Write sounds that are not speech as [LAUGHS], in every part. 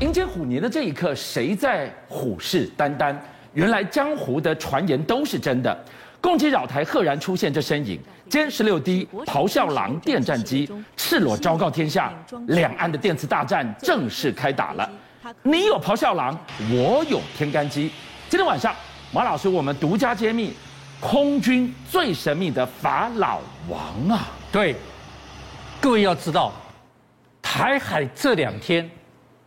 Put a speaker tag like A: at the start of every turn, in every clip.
A: 迎接虎年的这一刻，谁在虎视眈眈？原来江湖的传言都是真的。共济扰台赫然出现这身影，歼十六 D 咆哮狼电战机赤裸昭告天下，两岸的电磁大战正式开打了。你有咆哮狼，我有天干机。今天晚上，马老师我们独家揭秘空军最神秘的法老王啊！
B: 对，各位要知道，台海这两天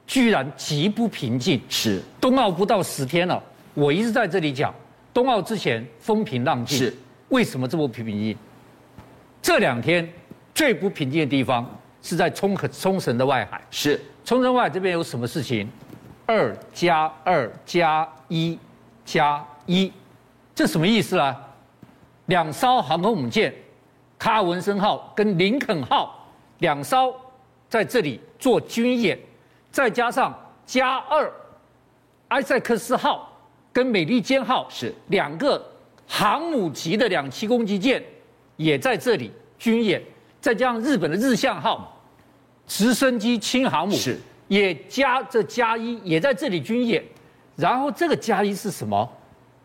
B: 居然极不平静。
A: 是
B: 冬奥不到十天了，我一直在这里讲，冬奥之前风平浪静，
A: 是
B: 为什么这么不平静？这两天最不平静的地方是在冲绳冲绳的外海，
A: 是，
B: 冲绳外这边有什么事情？二加二加一加一，这什么意思啊？两艘航空母舰“卡文森号”跟“林肯号”两艘在这里做军演，再加上加二埃塞克斯号跟美利坚号
A: 是
B: 两个航母级的两栖攻击舰也在这里军演，再加上日本的日向号直升机轻航母
A: 是
B: 也加这加一也在这里军演，然后这个加一是什么？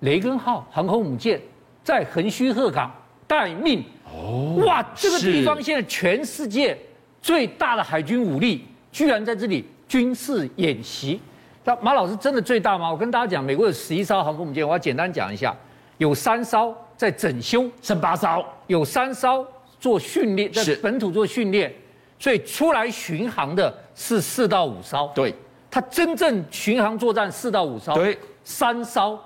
B: 雷根号航空母舰在横须贺港待命。哦，哇，这个地
A: 是
B: 方现在全世界最大的海军武力居然在这里军事演习。那马老师真的最大吗？我跟大家讲，美国有十一艘航空母舰，我要简单讲一下，有三艘在整修，
A: 圣巴骚
B: 有三艘做训练，在
A: 是
B: 本土做训练，所以出来巡航的是四到五艘。
A: 对，
B: 他真正巡航作战四到五艘，
A: 对，
B: 三艘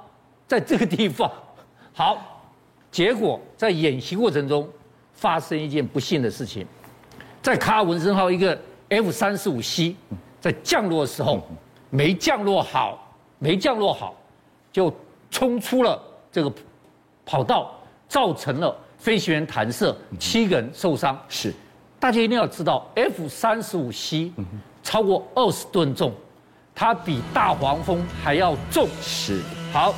B: 在这个地方。 [LAUGHS] 好，结果在演习过程中发生一件不幸的事情，在卡尔文森号一个 F 三十五 C 在降落的时候
A: 嗯
B: 没降落好，没降落好，就冲出了这个跑道，造成了飞行员弹射，七个人受伤。
A: 嗯是
B: 大家一定要知道，F 三十五 C 超过二十吨重，它比大黄蜂还要重。
A: 是
B: 好，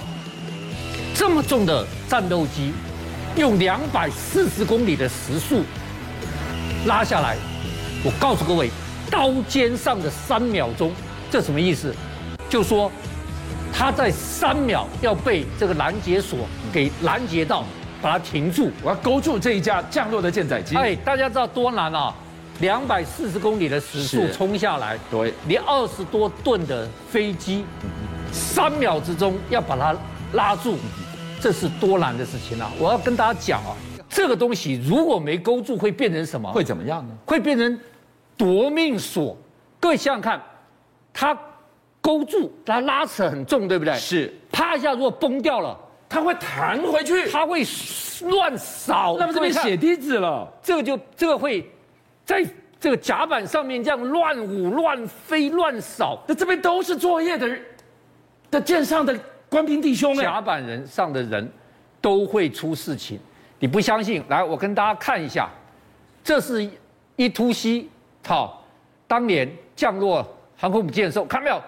B: 这么重的战斗机，用两百四十公里的时速拉下来，我告诉各位，刀尖上的三秒钟，这什么意思？就说它在三秒要被这个拦截索给拦截到，把它停住。
A: 我要勾住这一架降落的舰载机。
B: 哎，大家知道多难啊！两百四十公里的时速
A: 是
B: 冲下来，
A: 对
B: 你二十多吨的飞机，三秒之中要把它拉住，这是多难的事情啊！我要跟大家讲啊，这个东西如果没勾住，会变成什么？
A: 会怎么样呢？
B: 会变成夺命锁。各位想想看，它勾住，它拉扯很重，对不对？
A: 是，
B: 啪一下如果崩掉了，
A: 它会弹回去，
B: 它会乱扫。
A: 那不是
B: 各位
A: 变
B: 看
A: 血滴子了？
B: 这个就这个会在这个甲板上面这样乱舞、乱飞、乱扫。
A: 那这边都是作业的人的舰上的官兵弟兄
B: 甲
A: 哎，
B: 板人上的人都会出事情，你不相信？来，我跟大家看一下，这是一突西，好，当年降落航空母舰的时候，看到没有？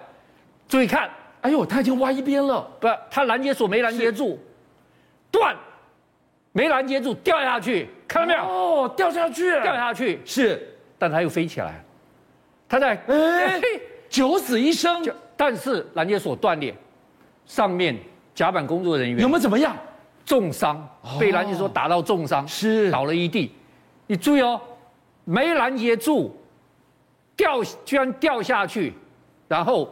B: 注意看，
A: 哎呦，他已经歪一边了，
B: 不，它拦截索没拦截住，断，没拦截住，掉下去，看到没有？
A: 哦，掉下去了，
B: 掉下去，
A: 是，
B: 但它又飞起来，它在，
A: 哎，
B: [LAUGHS]
A: 九死一生，
B: 就但是拦截索断裂，上面甲板工作人员
A: 有没有怎么样？
B: 重伤，被拦截索打到重伤，
A: 哦是
B: 倒了一地。你注意哦，没拦截住，掉居然掉下去，然后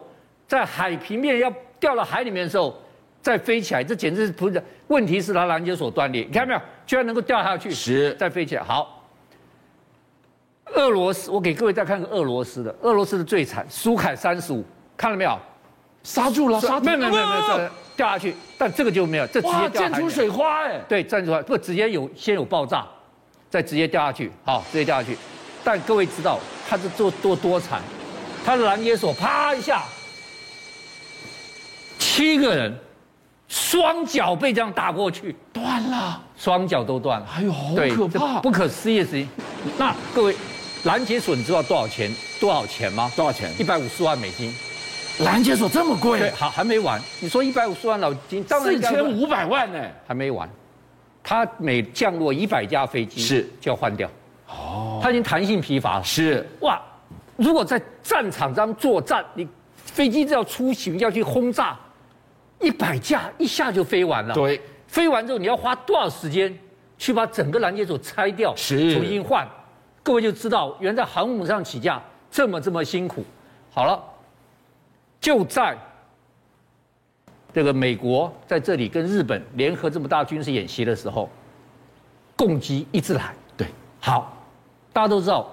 B: 在海平面要掉到海里面的时候再飞起来，这简直是不是？问题是它拦截索断裂，你看到没有？居然能够掉下去，
A: 嗯是
B: 再飞起来。好，俄罗斯，我给各位再看个俄罗斯的，俄罗斯的最惨，苏凯三十五，看到没有？
A: 刹住了，刹住
B: 没
A: 了，
B: 有没有没有没有
A: 哦哇
B: 这掉下去，但这个就没有，这直接
A: 哇，
B: 掉
A: 溅
B: 海里
A: 出
B: 面
A: 水花哎，
B: 对，站出来不直接有先有爆炸，再直接掉下去，好，直接掉下去。但各位知道它是做多多惨，它的拦截索啪一下，七个人双脚被这样打过去，
A: 断了，
B: 双脚都断了。
A: 哎呦，好
B: 对，
A: 可
B: 这
A: 怕，
B: 不可思议的事情。那各位，拦截索你知道多少钱？多少钱吗？
A: 多少钱
B: 一百五十万美金。
A: 拦截索这么 [COUGHS]
B: 对，
A: 贵，
B: 好，还没完。你说一百五十万老金，当然
A: 四
B: 应该
A: 千五百万哎，
B: 还没完，它每降落一百架飞机
A: 是
B: 就要换掉，哦，它已经弹性疲乏了。
A: 是
B: 哇，如果在战场上作战，你飞机只要出行要去轰炸，一百架一下就飞完了。
A: 对，
B: 飞完之后你要花多少时间去把整个拦截所拆掉，
A: 是
B: 重新换？各位就知道，原来在航母上起降这么这么辛苦。好了，就在这个美国在这里跟日本联合这么大军事演习的时候，共机一直来。
A: 对，
B: 好，大家都知道，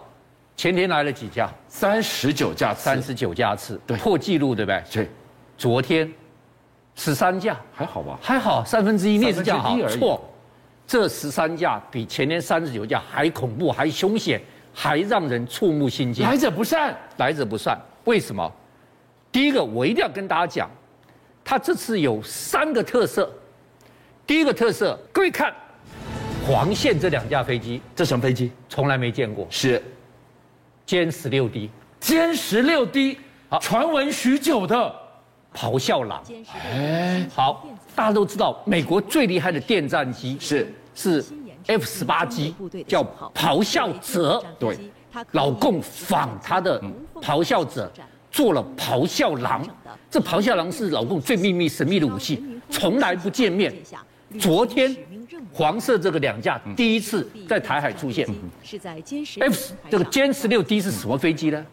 B: 前天来了几架，
A: 三十九架次，
B: 三十九架次，
A: 对
B: 破纪录，对不对？
A: 对，
B: 昨天十三架，
A: 还好吧？
B: 还好三分之一，
A: 三
B: 那是
A: 分之一
B: 架好
A: 而已
B: 错，这十三架比前年三十九架还恐怖，还凶险，还让人触目心惊。
A: 来者不善，
B: 来者不善，为什么？第一个，我一定要跟大家讲，它这次有三个特色。第一个特色，各位看，黄线这两架飞机
A: 这什么飞机？
B: 从来没见过，
A: 是
B: 歼十六 D
A: 歼十六 D，
B: 好
A: 传闻许久的，
B: 咆哮狼。
C: 坚持
A: 哎，
B: 好，大家都知道，美国最厉害的电战机
A: 是
B: 是 F 十八机，叫咆哮者。
A: 对，
B: 老共仿他的咆哮者，做了咆哮狼。这咆哮狼是老共最秘密、神秘的武器，从来不见面。昨天，黄色这个两架第一次在台海出现。
C: 是在歼十
B: F 这个歼十六 D 是什么飞机呢？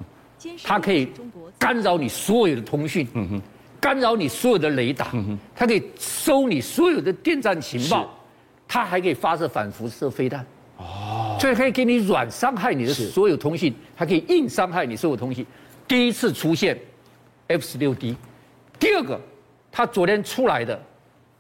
B: 它可以干扰你所有的通讯，
A: 嗯
B: 干扰你所有的雷达，它可以收你所有的电站情
A: 是
B: 报，它还可以发射反辐射飞弹。哦，所以可以给你软伤害你的所有通讯，它可以硬伤害你所有通讯。第一次出现 F 十六 D，第二个，它昨天出来的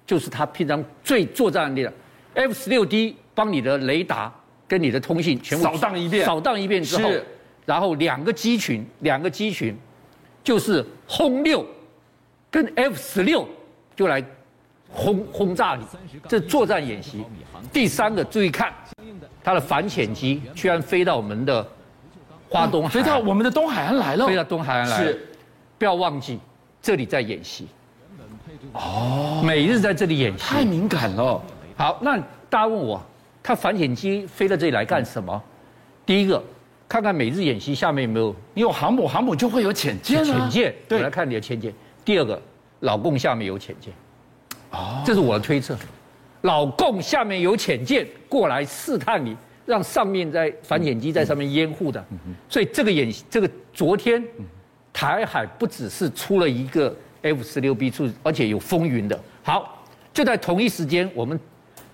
B: 就是它平常最作战的力量。F 十六 D 帮你的雷达跟你的通信全部
A: 扫荡一遍
B: 扫荡一遍之后
A: 是，
B: 然后两个机群，两个机群就是轰六跟 F 十六就来轰轰炸你，这作战演习。第三个，注意看，它的反潜机居然飞到我们的花东海
A: 嗯飞
B: 岸，
A: 到我们的东海岸来了，
B: 飞到东海岸来了。
A: 是
B: 不要忘记，这里在演习。哦，每日在这里演习。
A: 太敏感了，
B: 好，那大家问我，他反潜机飞到这里来干什么？第一个，看看每日演习下面有没有
A: 你有航母，航母就会有潜舰啊，
B: 潜舰，我来
A: 对，
B: 看你的潜舰。第二个，老共下面有潜舰，哦，这是我的推测，老共下面有潜舰过来试探你，让上面在反潜机在上面掩护的，所以这个演习，这个昨天台海不只是出了一个 F 十六 B 出，而且有风云的。好，就在同一时间，我们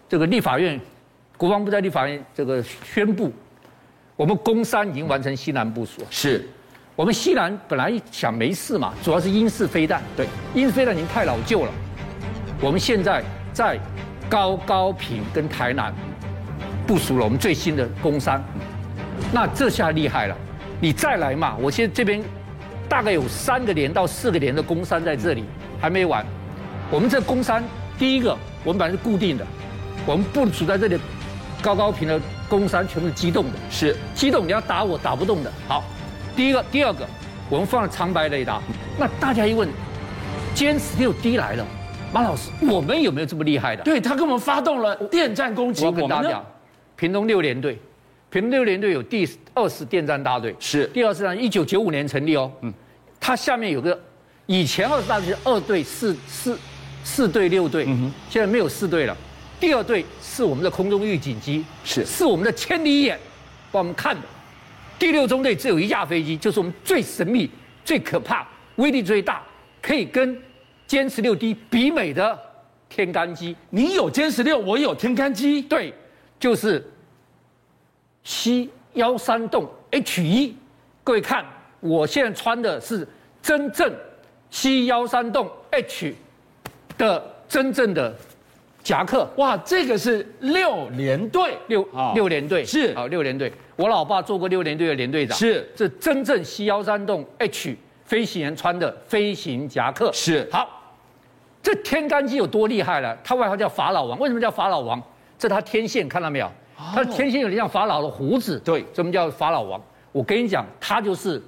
B: 这个立法院，国防部在立法院这个宣布，我们攻山已经完成西南部署了。
A: 是
B: 我们西南本来想没事嘛，主要是英式飞弹，
A: 对，
B: 英式飞弹已经太老旧了。我们现在在高高平跟台南部署了我们最新的工商，那这下厉害了，你再来嘛！我现在这边大概有三个连到四个连的工山在这里，还没完。我们这工山第一个，我们本来是固定的，我们部署在这里高高平的工山全部是机动的，
A: 是
B: 机动你要打我打不动的。好，第一个，第二个，我们放了长白雷达。那大家一问，歼十六 D 来了，马老师，我们有没有这么厉害的？
A: 对，他给我们发动了电战攻击，
B: 我要跟大
A: 们
B: 家
A: 呢
B: 讲，屏东六连队，屏东六连队有第二十电站大队，
A: 是
B: 第二十战一九九五年成立哦，嗯，它下面有个以前二十大队是二队四四四队六队，嗯现在没有四队了，第二队是我们的空中预警机，
A: 是
B: 是我们的千里眼帮我们看的，第六中队只有一架飞机，就是我们最神秘、最可怕、威力最大，可以跟歼十六 D 比美的天干机。
A: 你有歼十六，我有天干机，
B: 对，就是西幺三栋 H 一。各位看，我现在穿的是真正西幺三栋 H 的真正的夹克，
A: 哇，这个是六连队，
B: 六
A: 啊
B: 六连队
A: 是
B: 好六连队。我老爸做过六连队的连队长，
A: 是
B: 这真正西幺三栋 H 飞行员穿的飞行夹克
A: 是
B: 好。这天干机有多厉害了？他外号叫法老王，为什么叫法老王？这他天线看到没有？他的天线有点像法老的胡子，
A: 哦对
B: 什么叫法老王？我跟你讲，他就是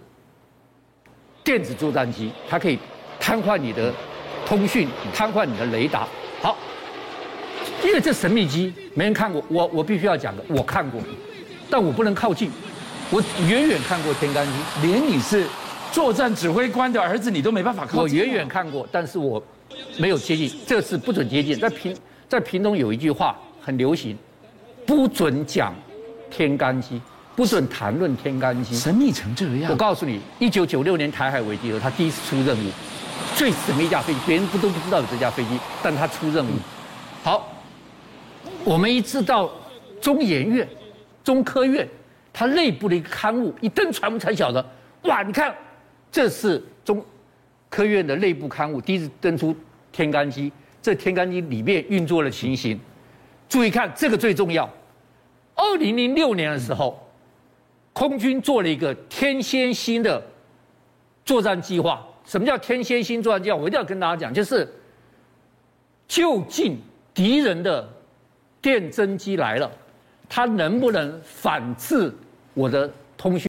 B: 电子作战机，它可以瘫痪你的通讯，瘫痪你的雷达。好，因为这神秘机没人看过，我我必须要讲的，我看过，但我不能靠近，我远远看过天干机。
A: 连你是作战指挥官的儿子，你都没办法靠
B: 我
A: 近啊
B: 远远看过，但是我没有接近，这次不准接近。在屏在屏东有一句话很流行，不准讲天干机，不准谈论天干机。
A: 神秘成这样。
B: 我告诉你，一九九六年台海危机的时候，他第一次出任务，最神秘一架飞机，别人不都不知道有这架飞机，但他出任务。好，我们一直到中研院、中科院，它内部的一个刊物一登传，我们才晓得，哇，你看，这是中科院的内部刊物第一次登出天干机，这天干机里面运作的情形，注意看这个最重要。二零零六年的时候，空军做了一个天蝎星的作战计划。什么叫天蝎星作战计划？我一定要跟大家讲，就是就近敌人的电侦机来了，它能不能反制我的通讯？